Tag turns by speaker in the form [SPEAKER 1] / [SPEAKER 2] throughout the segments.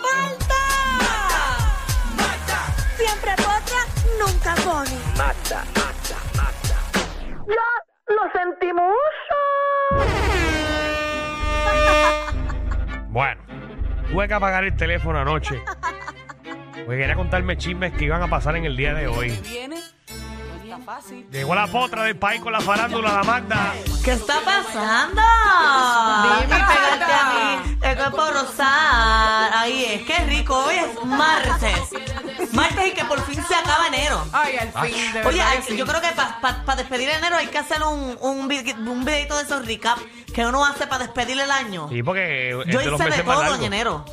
[SPEAKER 1] Malta! Siempre potra, nunca pone. ¡Ya lo sentimos!
[SPEAKER 2] Bueno, tuve que apagar el teléfono anoche. Porque quería contarme chismes que iban a pasar en el día de hoy.
[SPEAKER 3] viene. No está fácil.
[SPEAKER 2] Llegó la potra del país con la farándula, la Magda.
[SPEAKER 4] ¿Qué está pasando? Dime, pegarte a mí, el cuerpo rosar. Ahí es, qué rico, hoy es martes. Martes y que por fin se acaba enero.
[SPEAKER 3] Ay, al fin, de
[SPEAKER 4] Oye,
[SPEAKER 3] verdad
[SPEAKER 4] hay-
[SPEAKER 3] que sí.
[SPEAKER 4] yo creo que para despedir enero hay que hacer un, un, vi- un videito de esos recap que uno hace para despedir el año.
[SPEAKER 2] Sí, porque es
[SPEAKER 4] Yo
[SPEAKER 2] de los
[SPEAKER 4] hice de
[SPEAKER 2] meses más
[SPEAKER 4] todo en
[SPEAKER 2] largos.
[SPEAKER 4] enero.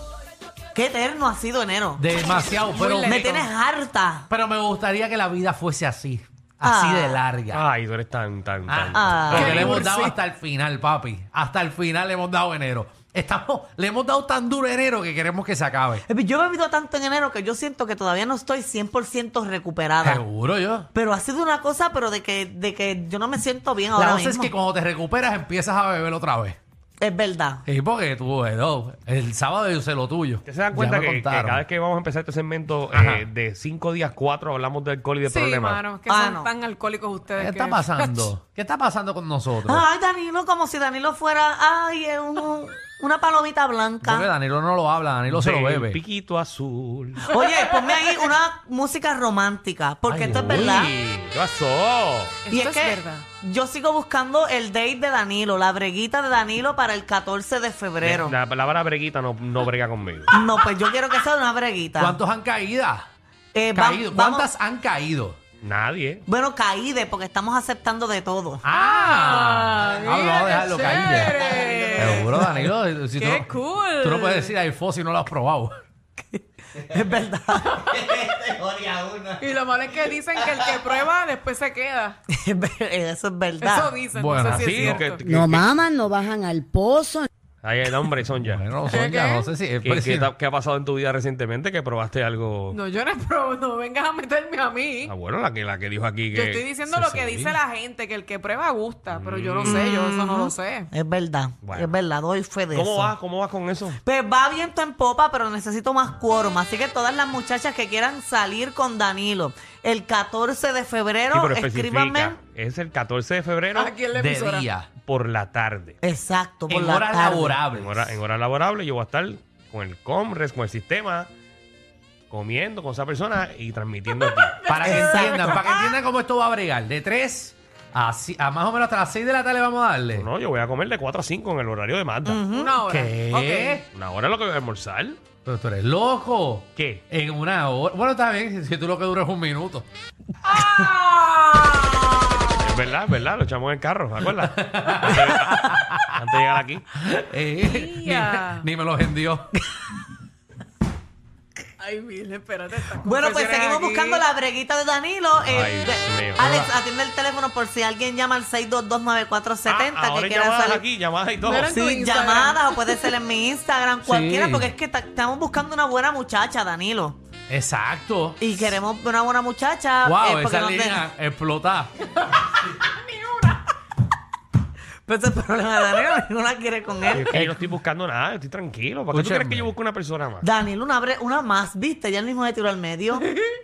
[SPEAKER 4] Qué eterno ha sido enero.
[SPEAKER 5] Demasiado, pero
[SPEAKER 4] Me tienes harta.
[SPEAKER 5] pero me gustaría que la vida fuese así, así
[SPEAKER 4] Ah.
[SPEAKER 5] de larga.
[SPEAKER 2] Ay, tú eres tan, tan,
[SPEAKER 5] Ah,
[SPEAKER 2] tan.
[SPEAKER 4] ah.
[SPEAKER 5] porque
[SPEAKER 4] Qué
[SPEAKER 5] le hemos dado hasta el final, papi. Hasta el final le hemos dado enero. Estamos, le hemos dado tan duro enero que queremos que se acabe.
[SPEAKER 4] Yo he bebido tanto en enero que yo siento que todavía no estoy 100% recuperada.
[SPEAKER 5] Seguro yo.
[SPEAKER 4] Pero ha sido una cosa, pero de que, de que yo no me siento bien
[SPEAKER 5] La
[SPEAKER 4] ahora
[SPEAKER 5] cosa es
[SPEAKER 4] mismo.
[SPEAKER 5] que cuando te recuperas empiezas a beber otra vez.
[SPEAKER 4] Es verdad.
[SPEAKER 5] Sí, porque tú, eh, no, el sábado yo sé lo tuyo.
[SPEAKER 2] ¿Ustedes se dan cuenta
[SPEAKER 5] Ya me
[SPEAKER 2] que, que
[SPEAKER 5] contaron.
[SPEAKER 2] cada vez que vamos a empezar este segmento
[SPEAKER 5] Ajá.
[SPEAKER 2] eh, de cinco días, cuatro, hablamos de alcohol y de
[SPEAKER 3] Sí,
[SPEAKER 2] problemas?
[SPEAKER 3] mano, que
[SPEAKER 4] Ah,
[SPEAKER 3] son
[SPEAKER 4] no.
[SPEAKER 3] tan alcohólicos ustedes.
[SPEAKER 5] ¿Qué está
[SPEAKER 3] que-
[SPEAKER 5] pasando? ¿Qué está pasando con nosotros?
[SPEAKER 4] Ay, Danilo, como si Danilo fuera, ay, eh, un- una palomita
[SPEAKER 5] Porque
[SPEAKER 4] blanca.
[SPEAKER 5] Danilo no lo habla, Danilo se lo
[SPEAKER 2] Del
[SPEAKER 5] bebe.
[SPEAKER 2] piquito azul.
[SPEAKER 4] Oye, ponme ahí una música romántica, porque
[SPEAKER 5] Ay,
[SPEAKER 4] esto es
[SPEAKER 5] uy.
[SPEAKER 4] verdad.
[SPEAKER 2] ¿Qué pasó?
[SPEAKER 3] Esto
[SPEAKER 4] Y es,
[SPEAKER 3] es,
[SPEAKER 4] que
[SPEAKER 3] verdad.
[SPEAKER 4] yo sigo buscando el date de Danilo, la breguita de Danilo para el 14 de febrero.
[SPEAKER 2] La palabra breguita no, no brega conmigo.
[SPEAKER 4] No, pues yo quiero que sea una breguita.
[SPEAKER 5] ¿Cuántos han caído?
[SPEAKER 4] Eh, va-
[SPEAKER 5] Caído.
[SPEAKER 4] vamos-
[SPEAKER 5] ¿Cuántas han caído?
[SPEAKER 2] Nadie.
[SPEAKER 4] Bueno, caíde, porque estamos aceptando de todo.
[SPEAKER 5] Ah,
[SPEAKER 3] Ay,
[SPEAKER 5] ah, vamos a
[SPEAKER 3] mira,
[SPEAKER 5] dejarlo
[SPEAKER 3] qué
[SPEAKER 5] caer.
[SPEAKER 3] chévere.
[SPEAKER 5] Seguro, Danilo. si
[SPEAKER 3] Qué
[SPEAKER 5] tú,
[SPEAKER 3] cool.
[SPEAKER 5] Tú no puedes decir a Fo si no lo has probado.
[SPEAKER 4] Es verdad.
[SPEAKER 3] Y lo malo es que dicen que el que prueba después se queda.
[SPEAKER 4] Eso es verdad.
[SPEAKER 3] Eso dicen.
[SPEAKER 5] Bueno,
[SPEAKER 3] no sé si
[SPEAKER 2] Sí,
[SPEAKER 3] es
[SPEAKER 2] que-
[SPEAKER 3] cierto.
[SPEAKER 2] que-
[SPEAKER 6] No
[SPEAKER 2] que-
[SPEAKER 6] maman, no bajan al pozo.
[SPEAKER 2] Ahí el hombre son ya.
[SPEAKER 5] Bueno,
[SPEAKER 3] ¿Qué,
[SPEAKER 5] Sonia,
[SPEAKER 3] qué?
[SPEAKER 5] no sé si es
[SPEAKER 2] ¿Qué, qué
[SPEAKER 5] parecido.
[SPEAKER 2] ta- qué ha pasado en tu vida recientemente que probaste algo?
[SPEAKER 3] No, yo no probo, no vengas a meterme a mí.
[SPEAKER 2] Ah, bueno, la que, la que dijo aquí que...
[SPEAKER 3] Yo estoy diciendo
[SPEAKER 5] Sí,
[SPEAKER 3] lo que
[SPEAKER 5] sí.
[SPEAKER 3] dice la gente, que el que prueba gusta, pero yo no sé, yo eso no
[SPEAKER 4] Mm.
[SPEAKER 3] lo sé.
[SPEAKER 4] Es verdad,
[SPEAKER 2] Bueno.
[SPEAKER 4] es verdad, doy fe de
[SPEAKER 2] ¿Cómo
[SPEAKER 4] eso.
[SPEAKER 2] vas? ¿Cómo vas con eso?
[SPEAKER 4] Pues va viento en popa, pero necesito más quórum. Así que todas las muchachas que quieran salir con Danilo el 14 de febrero,
[SPEAKER 2] Sí, pero
[SPEAKER 4] escríbanme.
[SPEAKER 2] especifica. Es el 14 de febrero
[SPEAKER 3] Ah, Aquí en la
[SPEAKER 5] De
[SPEAKER 3] emisora.
[SPEAKER 5] día.
[SPEAKER 2] por la tarde.
[SPEAKER 4] Exacto, por
[SPEAKER 5] En
[SPEAKER 4] la
[SPEAKER 5] horas
[SPEAKER 4] tarde.
[SPEAKER 2] En
[SPEAKER 5] laborables.
[SPEAKER 2] hora, en hora laborable yo voy a estar con el Comres, con el sistema, comiendo con esa persona y transmitiendo aquí.
[SPEAKER 5] Para que
[SPEAKER 4] Exacto.
[SPEAKER 5] entiendan, para que entiendan cómo esto va a bregar. De 3 a, si- a más o menos hasta las 6 de la tarde vamos a darle.
[SPEAKER 2] No, yo voy a comer de 4 a 5 en el horario de Magda.
[SPEAKER 3] Una hora.
[SPEAKER 5] ¿Qué?
[SPEAKER 2] Una hora es lo que voy a almorzar.
[SPEAKER 5] Pero tú eres loco.
[SPEAKER 2] ¿Qué?
[SPEAKER 5] En una hora. Bueno, está bien, si tú lo que duras es un minuto.
[SPEAKER 4] Ah.
[SPEAKER 2] Es verdad, es verdad, lo echamos en el carro, ¿te acuerdas? Antes de- Antes de llegar aquí.
[SPEAKER 5] Eh, ni,
[SPEAKER 3] Tía.
[SPEAKER 5] ni me los envió.
[SPEAKER 3] Ok. Ay, mire, espérate. estas
[SPEAKER 4] Bueno, pues
[SPEAKER 3] confesiones
[SPEAKER 4] seguimos
[SPEAKER 3] aquí.
[SPEAKER 4] buscando la breguita de Danilo. Eh,
[SPEAKER 2] Ay,
[SPEAKER 4] de-
[SPEAKER 2] Dios mío.
[SPEAKER 4] Alex, atiende el teléfono por si alguien llama al 6229470
[SPEAKER 2] Ah, ahora
[SPEAKER 4] que
[SPEAKER 2] hay
[SPEAKER 4] quiera
[SPEAKER 2] llamadas
[SPEAKER 4] salir.
[SPEAKER 2] aquí, llamadas y todo.
[SPEAKER 3] No eran- En tu
[SPEAKER 4] Sí,
[SPEAKER 3] Instagram.
[SPEAKER 4] llamadas o puede ser en mi Instagram, cualquiera,
[SPEAKER 5] Sí.
[SPEAKER 4] porque es que ta- estamos buscando una buena muchacha, Danilo.
[SPEAKER 5] Exacto.
[SPEAKER 4] Y queremos una buena muchacha. eh,
[SPEAKER 5] Wow,
[SPEAKER 4] porque
[SPEAKER 5] esa
[SPEAKER 4] nos den-
[SPEAKER 5] línea explota.
[SPEAKER 4] Pero ese es el problema de Danilo, ninguna quiere con él.
[SPEAKER 2] Es que yo no estoy buscando nada, yo estoy tranquilo. ¿Para qué tú
[SPEAKER 5] Escúchame.
[SPEAKER 2] crees que yo busque una persona más?
[SPEAKER 4] Danilo, una, bre- una más, viste, ya el mismo de tiro al medio.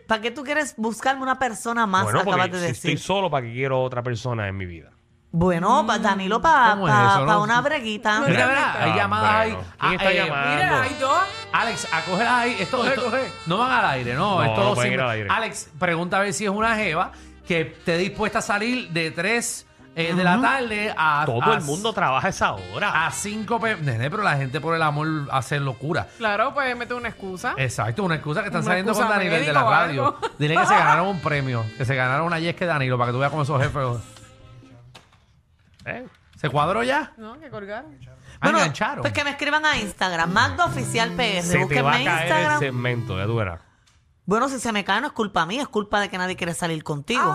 [SPEAKER 4] ¿Para qué tú quieres buscarme una persona más?
[SPEAKER 2] bueno, porque
[SPEAKER 4] acabas de
[SPEAKER 2] si estoy
[SPEAKER 4] decir.
[SPEAKER 2] solo, ¿para qué quiero otra persona en mi vida?
[SPEAKER 4] Bueno, pa- Danilo, para
[SPEAKER 5] Mm, ¿Cómo es eso, no?
[SPEAKER 4] una breguita.
[SPEAKER 5] Mira, mira,
[SPEAKER 3] Mira,
[SPEAKER 5] hay llamadas ahí.
[SPEAKER 2] Ah,
[SPEAKER 5] Ah, eh,
[SPEAKER 2] bueno, ¿quién está llamando?
[SPEAKER 3] Mira, hay dos.
[SPEAKER 5] Alex, acógela ahí. Esto,
[SPEAKER 3] Coge,
[SPEAKER 5] esto-
[SPEAKER 3] coge.
[SPEAKER 5] No van al aire, no.
[SPEAKER 2] No,
[SPEAKER 5] esto
[SPEAKER 2] no pueden
[SPEAKER 5] siempre-
[SPEAKER 2] ir al aire.
[SPEAKER 5] Alex, pregunta a ver si es una jeva que esté dispuesta a salir de 3 de la tarde a.
[SPEAKER 2] Todo
[SPEAKER 5] a-
[SPEAKER 2] el mundo trabaja a esa hora.
[SPEAKER 5] A 5 p.m. Nene, pero la gente por el amor hace locura.
[SPEAKER 3] Claro, pues mete una excusa.
[SPEAKER 5] Exacto, una excusa que están
[SPEAKER 3] Una
[SPEAKER 5] saliendo con
[SPEAKER 3] excusa
[SPEAKER 5] Danilo, el de la
[SPEAKER 3] médica o
[SPEAKER 5] radio.
[SPEAKER 3] algo.
[SPEAKER 5] Dile que se ganaron un premio, que se ganaron una yesca de Danilo para que tú veas cómo esos jefes.
[SPEAKER 2] ¿Eh?
[SPEAKER 5] ¿Se cuadró ya?
[SPEAKER 3] ¿No? Que colgaron.
[SPEAKER 5] Ah,
[SPEAKER 4] Bueno,
[SPEAKER 5] engancharon.
[SPEAKER 4] pues que me escriban a Instagram, Magda Oficial PR.
[SPEAKER 2] Se te va
[SPEAKER 4] Búsquenme
[SPEAKER 2] a
[SPEAKER 4] en
[SPEAKER 2] caer el
[SPEAKER 4] Instagram.
[SPEAKER 2] segmento, ya tú verás.
[SPEAKER 4] Bueno, si se me cae no es culpa mía, es culpa de que nadie quiere salir contigo.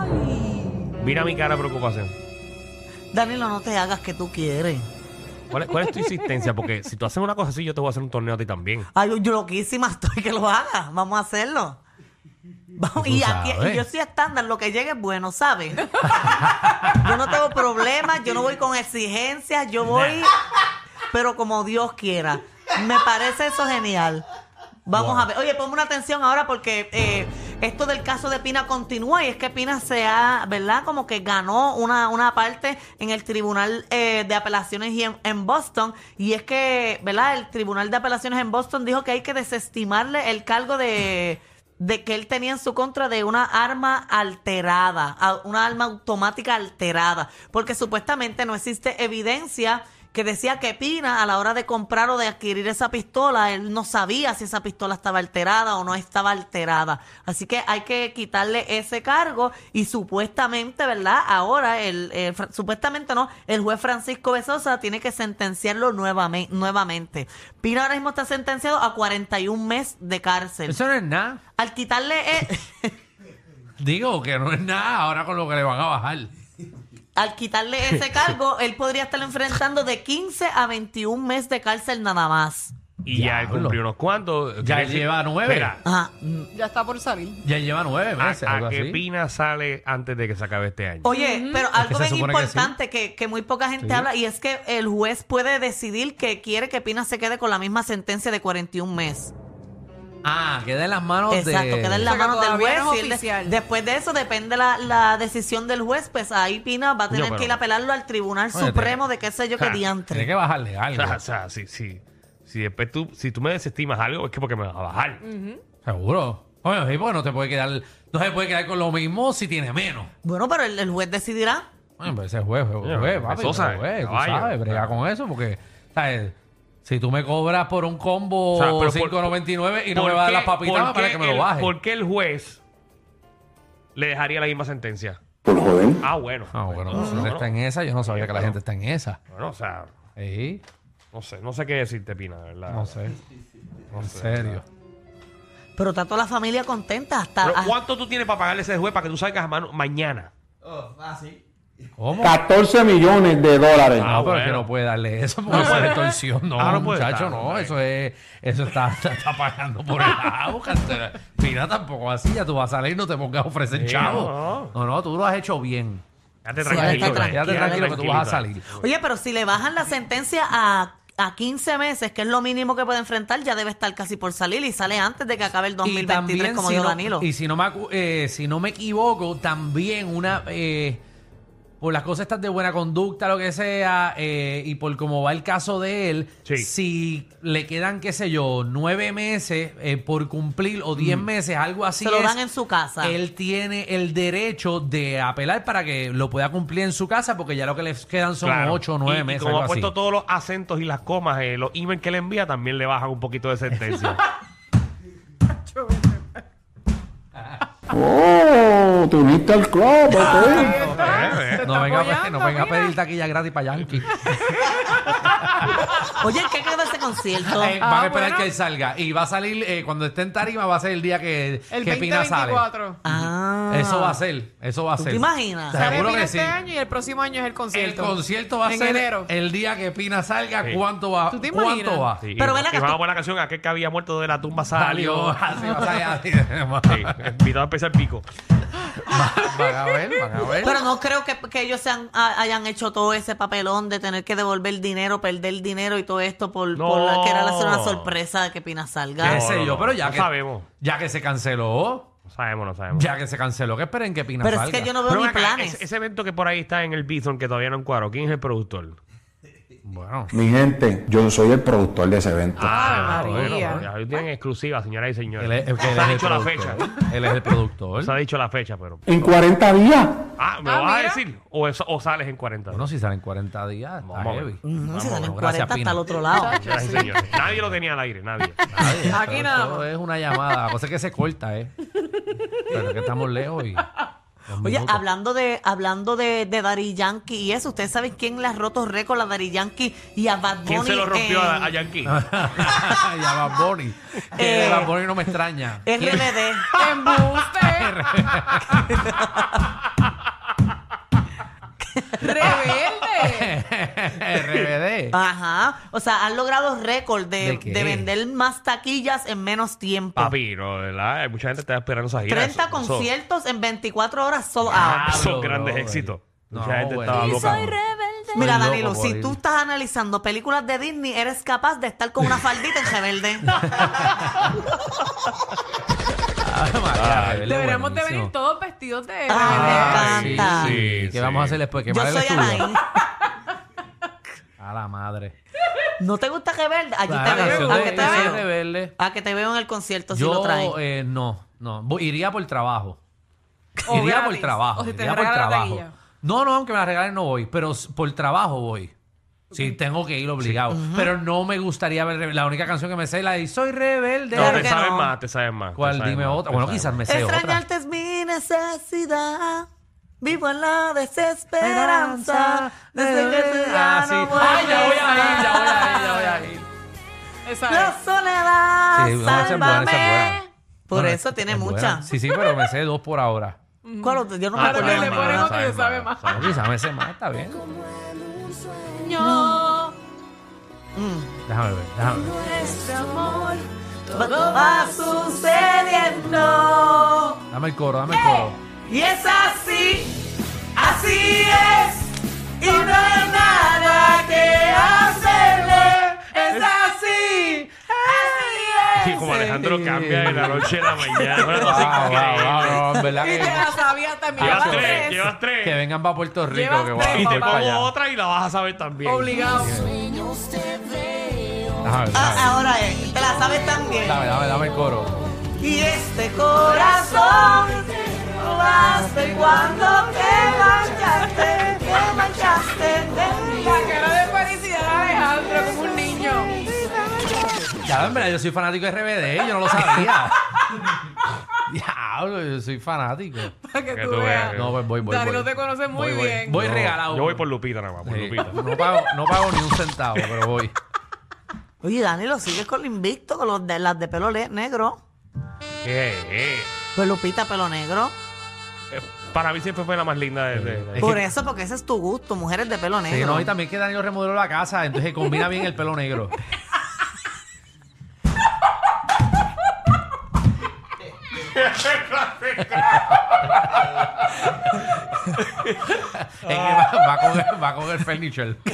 [SPEAKER 2] Mira mi cara de preocupación.
[SPEAKER 4] Danilo, no te hagas que tú quieres.
[SPEAKER 2] ¿Cuál es, cuál es tu insistencia? Porque si tú haces una cosa así, yo te voy a hacer un torneo a ti también.
[SPEAKER 4] Ay, Ah, yo- yo loquísima estoy que lo haga. Vamos a hacerlo. Vamos,
[SPEAKER 5] Tú
[SPEAKER 4] y, aquí,
[SPEAKER 5] sabes.
[SPEAKER 4] y yo soy estándar, lo que llegue es bueno, ¿sabes? yo no tengo problemas, yo no voy con exigencias, yo voy, pero como Dios quiera. Me parece eso genial. Vamos a ver. Oye, ponme una atención ahora porque eh, esto del caso de Pina continúa y es que Pina se ha, ¿verdad? Como que ganó una, una parte en el Tribunal eh, de Apelaciones y en, en Boston. Y es que, ¿verdad? El Tribunal de Apelaciones en Boston dijo que hay que desestimarle el cargo de de que él tenía en su contra de una arma alterada, a- una arma automática alterada, porque supuestamente no existe evidencia que decía que Pina a la hora de comprar o de adquirir esa pistola, él no sabía si esa pistola estaba alterada o no estaba alterada. Así que hay que quitarle ese cargo y supuestamente, ¿verdad? Ahora, el, eh, Fra- supuestamente no, el juez Francisco Besosa tiene que sentenciarlo nuevamente. nuevamente. Pina ahora mismo está sentenciado a 41 meses de cárcel.
[SPEAKER 5] Eso no es nada.
[SPEAKER 4] Al quitarle e-
[SPEAKER 5] Digo que no es nada ahora con lo que le van a bajar.
[SPEAKER 4] al quitarle ese cargo, él podría estar enfrentando de 15 a 21 meses de cárcel nada más.
[SPEAKER 2] Y ya, él
[SPEAKER 5] Diablo.
[SPEAKER 2] cumplió unos cuantos.
[SPEAKER 5] Ya
[SPEAKER 2] Quiere decir-
[SPEAKER 5] lleva nueve.
[SPEAKER 2] Mira,
[SPEAKER 4] Ajá.
[SPEAKER 3] Ya está por salir.
[SPEAKER 5] Ya lleva nueve
[SPEAKER 2] ¿a,
[SPEAKER 5] meses.
[SPEAKER 2] a
[SPEAKER 5] algo
[SPEAKER 2] qué
[SPEAKER 5] así.
[SPEAKER 2] Pina sale antes de que se acabe este año?
[SPEAKER 4] Oye, pero
[SPEAKER 5] que
[SPEAKER 4] algo
[SPEAKER 5] se
[SPEAKER 4] bien
[SPEAKER 5] supone que sí.
[SPEAKER 4] importante que, que muy poca gente habla y es que el juez puede decidir que quiere que Pina se quede con la misma sentencia de 41 meses.
[SPEAKER 5] Ah, queda en las manos de.
[SPEAKER 4] Exacto, queda en las
[SPEAKER 3] O sea, que
[SPEAKER 4] manos del
[SPEAKER 3] todavía
[SPEAKER 4] juez.
[SPEAKER 3] no es
[SPEAKER 4] y él de-
[SPEAKER 3] oficial.
[SPEAKER 4] después de eso depende la, la decisión del juez, pues ahí Pina va a
[SPEAKER 2] Coño,
[SPEAKER 4] tener
[SPEAKER 2] pero-
[SPEAKER 4] que ir a apelarlo al Tribunal
[SPEAKER 5] Oye,
[SPEAKER 4] Supremo de qué sé yo qué
[SPEAKER 2] Ja,
[SPEAKER 5] Tiene
[SPEAKER 4] diantre.
[SPEAKER 5] que bajarle algo.
[SPEAKER 2] O sea, o sea, si, si, si después tú, si tú me desestimas algo, es que porque me vas a bajar.
[SPEAKER 5] Seguro. Oye, sí, porque no te puede quedar. No se puede quedar con lo mismo si tiene menos.
[SPEAKER 4] Bueno, pero el- el juez decidirá.
[SPEAKER 5] Bueno, pero ese juez,
[SPEAKER 2] Oye,
[SPEAKER 5] juez, juez, papi,
[SPEAKER 2] Sosa,
[SPEAKER 5] ese juez, tú
[SPEAKER 2] caballo.
[SPEAKER 5] sabes, brega con eso porque, ¿sabes? Si tú me cobras por un combo
[SPEAKER 2] O sea, pero por-
[SPEAKER 5] 5.99 y no
[SPEAKER 2] ¿Por
[SPEAKER 5] me vas a dar
[SPEAKER 2] qué-
[SPEAKER 5] las papitas
[SPEAKER 2] por
[SPEAKER 5] más para
[SPEAKER 2] qué
[SPEAKER 5] que me
[SPEAKER 2] el-
[SPEAKER 5] lo baje.
[SPEAKER 2] ¿Por qué el juez le dejaría la misma sentencia?
[SPEAKER 7] Por joven.
[SPEAKER 2] Ah, bueno.
[SPEAKER 5] Ah, bueno,
[SPEAKER 2] No,
[SPEAKER 5] si
[SPEAKER 2] no,
[SPEAKER 5] él
[SPEAKER 2] no.
[SPEAKER 5] está en esa, yo no sabía
[SPEAKER 2] Oye,
[SPEAKER 5] que la
[SPEAKER 2] pero-
[SPEAKER 5] gente está en esa.
[SPEAKER 2] Bueno, o sea,
[SPEAKER 5] Sí,
[SPEAKER 2] no sé, no sé qué decirte, Pina, de ¿verdad?
[SPEAKER 5] no sé.
[SPEAKER 2] No
[SPEAKER 5] En
[SPEAKER 2] sé, de
[SPEAKER 5] serio.
[SPEAKER 2] verdad.
[SPEAKER 4] Pero está toda la familia contenta hasta...
[SPEAKER 2] Pero,
[SPEAKER 4] hasta-
[SPEAKER 2] ¿Cuánto tú tienes para pagarle a ese juez para que tú salgas a mano mañana?
[SPEAKER 5] ¿Cómo?
[SPEAKER 7] 14 millones de
[SPEAKER 5] No, pero es que
[SPEAKER 7] dólares.
[SPEAKER 2] Ah, bueno.
[SPEAKER 5] no puede darle eso porque eso es extorsión. No,
[SPEAKER 2] Ah, no puede
[SPEAKER 5] muchacho,
[SPEAKER 2] estar,
[SPEAKER 5] no.
[SPEAKER 2] hombre.
[SPEAKER 5] Eso es. Eso está, está, está pagando por el agua. cantera. Mira, tampoco así. Ya tú vas a salir y no te pongas a ofrecer
[SPEAKER 2] Sí,
[SPEAKER 5] chavo. No, no, tú lo has hecho bien.
[SPEAKER 2] Quédate
[SPEAKER 4] Sí,
[SPEAKER 2] tranquilo.
[SPEAKER 4] está
[SPEAKER 2] quédate
[SPEAKER 5] Quédate tranquilo que tú vas a salir.
[SPEAKER 4] Oye, pero si le bajan la sentencia a, a 15 meses, que es lo mínimo que puede enfrentar, ya debe estar casi por salir y sale antes de que acabe el 2023, como
[SPEAKER 5] si
[SPEAKER 4] dijo
[SPEAKER 5] no-
[SPEAKER 4] Danilo.
[SPEAKER 5] Y si no, me, acu- eh, si no me equivoco, también una... eh, por las cosas estas de buena conducta, lo que sea, eh, y por cómo va el caso de él,
[SPEAKER 2] Sí.
[SPEAKER 5] si le quedan, qué sé yo, nueve meses eh, por cumplir o diez
[SPEAKER 2] Mm.
[SPEAKER 5] meses, algo así.
[SPEAKER 4] Se lo
[SPEAKER 5] es,
[SPEAKER 4] dan en su casa.
[SPEAKER 5] Él tiene el derecho de apelar para que lo pueda cumplir en su casa, porque ya lo que le quedan son
[SPEAKER 2] Claro.
[SPEAKER 5] ocho o nueve
[SPEAKER 2] Y- y
[SPEAKER 5] meses.
[SPEAKER 2] como
[SPEAKER 5] algo
[SPEAKER 2] ha puesto
[SPEAKER 5] así.
[SPEAKER 2] todos los acentos y las comas, eh, los emails que le envía también le bajan un poquito de sentencia.
[SPEAKER 7] Oh, te uniste al club, ok.
[SPEAKER 2] Eh, eh.
[SPEAKER 5] No venga, a- no
[SPEAKER 3] apoyando,
[SPEAKER 5] venga a
[SPEAKER 3] mira.
[SPEAKER 5] pedir taquilla gratis para Yankee.
[SPEAKER 4] Oye, ¿qué quedó ese concierto?
[SPEAKER 5] Eh, van a
[SPEAKER 3] Ah,
[SPEAKER 5] esperar
[SPEAKER 3] bueno.
[SPEAKER 5] que él salga. Y va a salir, eh, cuando esté en tarima, va a ser el día que,
[SPEAKER 3] El
[SPEAKER 5] que Pina sale.
[SPEAKER 3] 2024.
[SPEAKER 4] ah,
[SPEAKER 5] Eso va a ser, eso va a
[SPEAKER 4] ¿Tú
[SPEAKER 5] ser.
[SPEAKER 4] te imaginas?
[SPEAKER 5] Seguro
[SPEAKER 3] Sale Pina
[SPEAKER 5] que
[SPEAKER 3] este
[SPEAKER 5] sí.
[SPEAKER 3] año y el próximo año es el
[SPEAKER 5] El
[SPEAKER 3] concierto.
[SPEAKER 5] concierto va a
[SPEAKER 3] en
[SPEAKER 5] ser
[SPEAKER 3] enero.
[SPEAKER 5] el día que Pina salga.
[SPEAKER 2] Sí.
[SPEAKER 5] ¿Cuánto va?
[SPEAKER 3] ¿Tú te
[SPEAKER 5] ¿Cuánto
[SPEAKER 3] imaginas?
[SPEAKER 5] va?
[SPEAKER 2] Sí,
[SPEAKER 4] Pero
[SPEAKER 2] y-
[SPEAKER 4] ven acá,
[SPEAKER 2] y más
[SPEAKER 4] tú-
[SPEAKER 2] buena canción, aquel que había muerto de la tumba
[SPEAKER 5] Salió,
[SPEAKER 2] salió.
[SPEAKER 5] así va a salir así.
[SPEAKER 2] Sí, invitado a empezar pico.
[SPEAKER 5] Van a ver, van a ver.
[SPEAKER 4] Pero no creo que, que ellos sean, a- hayan hecho todo ese papelón de tener que devolver dinero, perder dinero y todo esto por,
[SPEAKER 2] No.
[SPEAKER 4] por la- que era la- una sorpresa de que Pina salga.
[SPEAKER 5] Qué
[SPEAKER 2] No,
[SPEAKER 5] sé
[SPEAKER 2] no,
[SPEAKER 5] yo,
[SPEAKER 2] no,
[SPEAKER 5] pero ya
[SPEAKER 2] no
[SPEAKER 5] que
[SPEAKER 2] sabemos.
[SPEAKER 5] ya que se canceló,
[SPEAKER 2] No sabemos, no sabemos.
[SPEAKER 5] Ya que se canceló, que esperen que Pina
[SPEAKER 4] Pero es
[SPEAKER 5] salga.
[SPEAKER 4] que yo no veo
[SPEAKER 2] Pero
[SPEAKER 4] ni
[SPEAKER 2] ven acá,
[SPEAKER 4] planes.
[SPEAKER 2] ese, ese evento que por ahí está en el Bison que todavía no encuadro, ¿quién es el productor?
[SPEAKER 5] Bueno,
[SPEAKER 7] Mi gente, yo soy el productor de ese evento.
[SPEAKER 3] Ave María.
[SPEAKER 2] bueno, ahí tienen exclusiva, señoras y señores.
[SPEAKER 5] él es, es que él
[SPEAKER 2] se ha
[SPEAKER 5] es
[SPEAKER 2] dicho la
[SPEAKER 5] el
[SPEAKER 2] fecha.
[SPEAKER 5] productor. Él es el productor.
[SPEAKER 2] Se ha dicho la fecha, pero.
[SPEAKER 7] En 40 días.
[SPEAKER 2] Ah, ¿me
[SPEAKER 3] Ah,
[SPEAKER 2] vas a
[SPEAKER 3] mira.
[SPEAKER 2] decir? O, eso- o sales en 40.
[SPEAKER 5] Bueno, si salen 40 días, está
[SPEAKER 2] Vamos a ver.
[SPEAKER 5] heavy.
[SPEAKER 4] No, se
[SPEAKER 5] Vamos,
[SPEAKER 4] salen
[SPEAKER 5] gracias,
[SPEAKER 4] 40 hasta
[SPEAKER 5] Pina.
[SPEAKER 4] el otro lado.
[SPEAKER 2] Señoras y señores. Nadie lo tenía al aire, nadie.
[SPEAKER 5] Nadie,
[SPEAKER 3] Aquí
[SPEAKER 5] pero
[SPEAKER 3] nada
[SPEAKER 5] eso
[SPEAKER 3] más.
[SPEAKER 5] es una llamada. La cosa es que se corta, ¿eh? Pero es que estamos lejos y. dos
[SPEAKER 4] Oye,
[SPEAKER 5] minutos.
[SPEAKER 4] hablando de hablando de, de Daddy Yankee y eso, ¿ustedes saben quién le ha roto récord a Daddy Yankee y a Bad Bunny?
[SPEAKER 2] ¿Quién se lo rompió
[SPEAKER 4] en-
[SPEAKER 2] a, a Yankee?
[SPEAKER 5] Ah. y a Bad Bunny. Que
[SPEAKER 4] Eh,
[SPEAKER 5] Bad Bunny no me extraña.
[SPEAKER 4] RBD.
[SPEAKER 3] Embuste. Rebelde.
[SPEAKER 5] RBD.
[SPEAKER 3] Ah,
[SPEAKER 4] Ajá. O sea, han logrado récord de,
[SPEAKER 5] ¿De qué?
[SPEAKER 4] de vender más taquillas en menos tiempo.
[SPEAKER 2] Papi, no, de ¿verdad? Hay Mucha gente está esperando esas giras.
[SPEAKER 4] 30
[SPEAKER 2] Eso- eso-
[SPEAKER 4] conciertos en 24 horas sold
[SPEAKER 5] Ah,
[SPEAKER 4] out.
[SPEAKER 2] Esos
[SPEAKER 5] Pablo,
[SPEAKER 2] grandes
[SPEAKER 5] brother.
[SPEAKER 2] éxitos.
[SPEAKER 5] No,
[SPEAKER 2] Mucha gente
[SPEAKER 5] bueno.
[SPEAKER 2] estaba
[SPEAKER 5] Y
[SPEAKER 2] loca.
[SPEAKER 5] soy
[SPEAKER 4] Mira,
[SPEAKER 5] Estoy
[SPEAKER 4] Danilo,
[SPEAKER 5] loco por
[SPEAKER 4] si
[SPEAKER 5] ir.
[SPEAKER 4] tú estás analizando películas de Disney, eres capaz de estar con una faldita en rebelde.
[SPEAKER 5] Ave María, RBD,
[SPEAKER 3] Deberíamos de
[SPEAKER 5] buenísimo.
[SPEAKER 3] venir todos vestidos de
[SPEAKER 4] Ah,
[SPEAKER 3] rebelde.
[SPEAKER 4] me encanta.
[SPEAKER 2] Sí, sí,
[SPEAKER 5] ¿Qué vamos a hacer después?
[SPEAKER 4] Yo
[SPEAKER 5] ¿Quemar el
[SPEAKER 4] soy
[SPEAKER 5] estudio?
[SPEAKER 4] Alain.
[SPEAKER 5] A la madre.
[SPEAKER 4] ¿No te gusta rebelde? Allí
[SPEAKER 5] La
[SPEAKER 4] te
[SPEAKER 5] canción
[SPEAKER 4] veo.
[SPEAKER 5] de-
[SPEAKER 4] A que te
[SPEAKER 5] de
[SPEAKER 4] veo.
[SPEAKER 5] Rebelde.
[SPEAKER 4] A que te veo en el concierto si lo traen.
[SPEAKER 5] Yo eh, no, no. Voy- Iría por trabajo.
[SPEAKER 3] O
[SPEAKER 5] iría
[SPEAKER 3] gratis,
[SPEAKER 5] por trabajo.
[SPEAKER 3] o si te
[SPEAKER 5] iría por
[SPEAKER 3] regalan la
[SPEAKER 5] trabajo.
[SPEAKER 3] taquilla.
[SPEAKER 5] No, no, aunque me la regalen no voy, pero s- por trabajo voy. Sí, tengo que ir obligado. Pero no me gustaría ver Rebelde. la única canción que me sé es la de Soy Rebelde.
[SPEAKER 2] No,
[SPEAKER 4] Claro
[SPEAKER 2] te
[SPEAKER 4] que
[SPEAKER 2] sabes
[SPEAKER 4] no.
[SPEAKER 2] más, te sabes más. te
[SPEAKER 5] ¿Cuál?
[SPEAKER 2] sabes
[SPEAKER 5] Dime
[SPEAKER 2] más,
[SPEAKER 5] otra.
[SPEAKER 2] te
[SPEAKER 5] Bueno,
[SPEAKER 2] sabes
[SPEAKER 5] quizás me sé otra.
[SPEAKER 4] Extrañarte es mi necesidad. Vivo en la
[SPEAKER 5] Esperanza,
[SPEAKER 4] desesperanza. Desde que te
[SPEAKER 5] Ah,
[SPEAKER 4] ya
[SPEAKER 5] sí.
[SPEAKER 4] no vuelves
[SPEAKER 5] Ay, ya voy a ir, ya voy
[SPEAKER 4] a
[SPEAKER 5] a ir, ya voy a ir.
[SPEAKER 3] Esa
[SPEAKER 4] La soledad,
[SPEAKER 5] Sí, esa es buena, esa es
[SPEAKER 4] sálvame.
[SPEAKER 5] buena.
[SPEAKER 4] Por
[SPEAKER 5] Bueno,
[SPEAKER 4] eso tiene
[SPEAKER 5] es buena.
[SPEAKER 4] muchas.
[SPEAKER 5] Sí, sí, pero me sé dos por ahora.
[SPEAKER 4] ¿Cuál otro? Yo no me
[SPEAKER 2] Ah,
[SPEAKER 4] acuerdo.
[SPEAKER 3] que le
[SPEAKER 2] sabes
[SPEAKER 3] ponen
[SPEAKER 2] más,
[SPEAKER 3] otro y
[SPEAKER 2] sabes
[SPEAKER 3] sabe
[SPEAKER 2] más,
[SPEAKER 3] más.
[SPEAKER 2] sabes más.
[SPEAKER 5] Quizás me sé más, está bien.
[SPEAKER 3] es. No.
[SPEAKER 5] Mm. Déjame ver, déjame ver.
[SPEAKER 4] Todo va sucediendo.
[SPEAKER 5] Dame el coro, dame el coro.
[SPEAKER 4] Y es así, así es. Y no hay nada que hacerle. Es así, así
[SPEAKER 2] Sí, como Alejandro cambia de la noche a la mañana. Una cosa
[SPEAKER 5] Guau, guau,
[SPEAKER 2] increíble.
[SPEAKER 5] guau, guau, ¿verdad
[SPEAKER 3] Y te
[SPEAKER 5] que-
[SPEAKER 3] la sabía también.
[SPEAKER 2] Llevas
[SPEAKER 3] Llevas
[SPEAKER 2] tres,
[SPEAKER 3] tres.
[SPEAKER 2] llevas tres.
[SPEAKER 5] Que vengan para Puerto Rico,
[SPEAKER 3] Llevas
[SPEAKER 5] que
[SPEAKER 3] tres,
[SPEAKER 5] voy
[SPEAKER 2] y
[SPEAKER 5] a
[SPEAKER 2] te
[SPEAKER 5] ir para
[SPEAKER 3] papá.
[SPEAKER 2] pongo
[SPEAKER 5] allá.
[SPEAKER 2] otra y la vas a saber también.
[SPEAKER 3] Obligado.
[SPEAKER 5] Déjame ver,
[SPEAKER 4] Ah,
[SPEAKER 5] déjame ver.
[SPEAKER 4] ahora es, te la sabes también.
[SPEAKER 5] Dame, dame, dame el coro.
[SPEAKER 4] Y este corazón robaste cuando te marchaste, te marchaste de mi
[SPEAKER 3] La cara de felicidad de Alejandro como un niño.
[SPEAKER 5] Ya, en verdad, yo soy fanático de RBD, yo no lo sabía. Diablo, yo soy fanático.
[SPEAKER 3] Para que
[SPEAKER 2] Que
[SPEAKER 3] tú
[SPEAKER 2] tú veas.
[SPEAKER 3] veas.
[SPEAKER 5] No, pues voy, voy,
[SPEAKER 3] Danilo
[SPEAKER 5] voy.
[SPEAKER 3] te conoce muy
[SPEAKER 5] Voy, voy.
[SPEAKER 3] bien.
[SPEAKER 5] Voy
[SPEAKER 2] Yo-
[SPEAKER 5] regalado.
[SPEAKER 2] Yo voy por Lupita nada más, por
[SPEAKER 5] Sí.
[SPEAKER 2] Lupita.
[SPEAKER 5] No pago, no pago ni un centavo, pero voy.
[SPEAKER 4] Oye, Danilo, sigues con lo invicto, con los de, las de pelo le- negro.
[SPEAKER 2] ¿Qué? Eh,
[SPEAKER 4] Pues Lupita, pelo negro.
[SPEAKER 2] Para mí siempre fue la más linda de... de- de-
[SPEAKER 5] Es
[SPEAKER 4] Por
[SPEAKER 5] que-
[SPEAKER 4] eso, porque ese es tu gusto, mujeres de pelo negro.
[SPEAKER 5] Sí, no, y también que Danilo remodeló la casa, entonces combina bien el pelo negro. es que va, va con el, va con el furniture.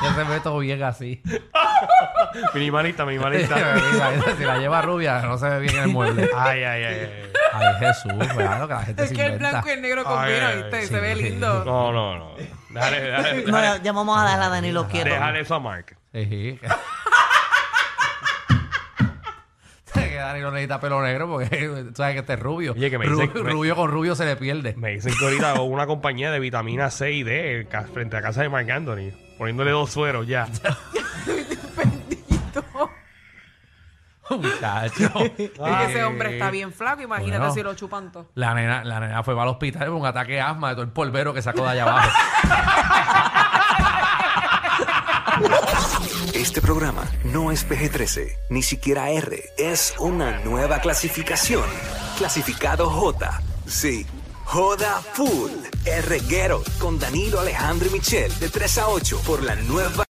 [SPEAKER 5] Yo se ve todo bien así.
[SPEAKER 2] Minimalista, minimalista.
[SPEAKER 5] si la lleva rubia, no se ve bien en el mueble.
[SPEAKER 2] ay, ay, ay. ay.
[SPEAKER 5] Ay, Jesús, ¿verdad? Lo que la gente
[SPEAKER 3] Es
[SPEAKER 5] se
[SPEAKER 3] que el
[SPEAKER 5] inventa.
[SPEAKER 3] blanco y el
[SPEAKER 2] Ay,
[SPEAKER 3] negro combina,
[SPEAKER 2] ay,
[SPEAKER 3] ¿viste?
[SPEAKER 5] sí,
[SPEAKER 3] Se ve
[SPEAKER 5] sí.
[SPEAKER 3] lindo.
[SPEAKER 2] No, no, no. Dale, dale,
[SPEAKER 4] No,
[SPEAKER 2] dale.
[SPEAKER 4] ya, ya vamos a darle a Danilo quieto.
[SPEAKER 2] Déjale eso a Mark.
[SPEAKER 5] Sí. que Dani no necesita pelo negro porque tú sabes que este es rubio.
[SPEAKER 2] Oye, que me
[SPEAKER 5] Ru-
[SPEAKER 2] dice-
[SPEAKER 5] rubio,
[SPEAKER 2] me-
[SPEAKER 5] con rubio se le pierde.
[SPEAKER 2] Me dicen que ahorita hago una compañía de vitamina C y D ca- frente a casa de Mark Anthony, poniéndole dos sueros ya.
[SPEAKER 5] Muchacho. Ah.
[SPEAKER 3] Y ese hombre está bien flaco, imagínate
[SPEAKER 5] Bueno.
[SPEAKER 3] si lo chupan todo.
[SPEAKER 5] La nena, la nena fue para el hospital por un ataque de asma de todo el polvero que sacó de allá abajo.
[SPEAKER 8] Este programa no es PG-13, ni siquiera R. Es una nueva clasificación. Clasificado J. Sí. Joda Full. R. Guerrero con Danilo Alejandro y Michel de 3 a 8 por la nueva.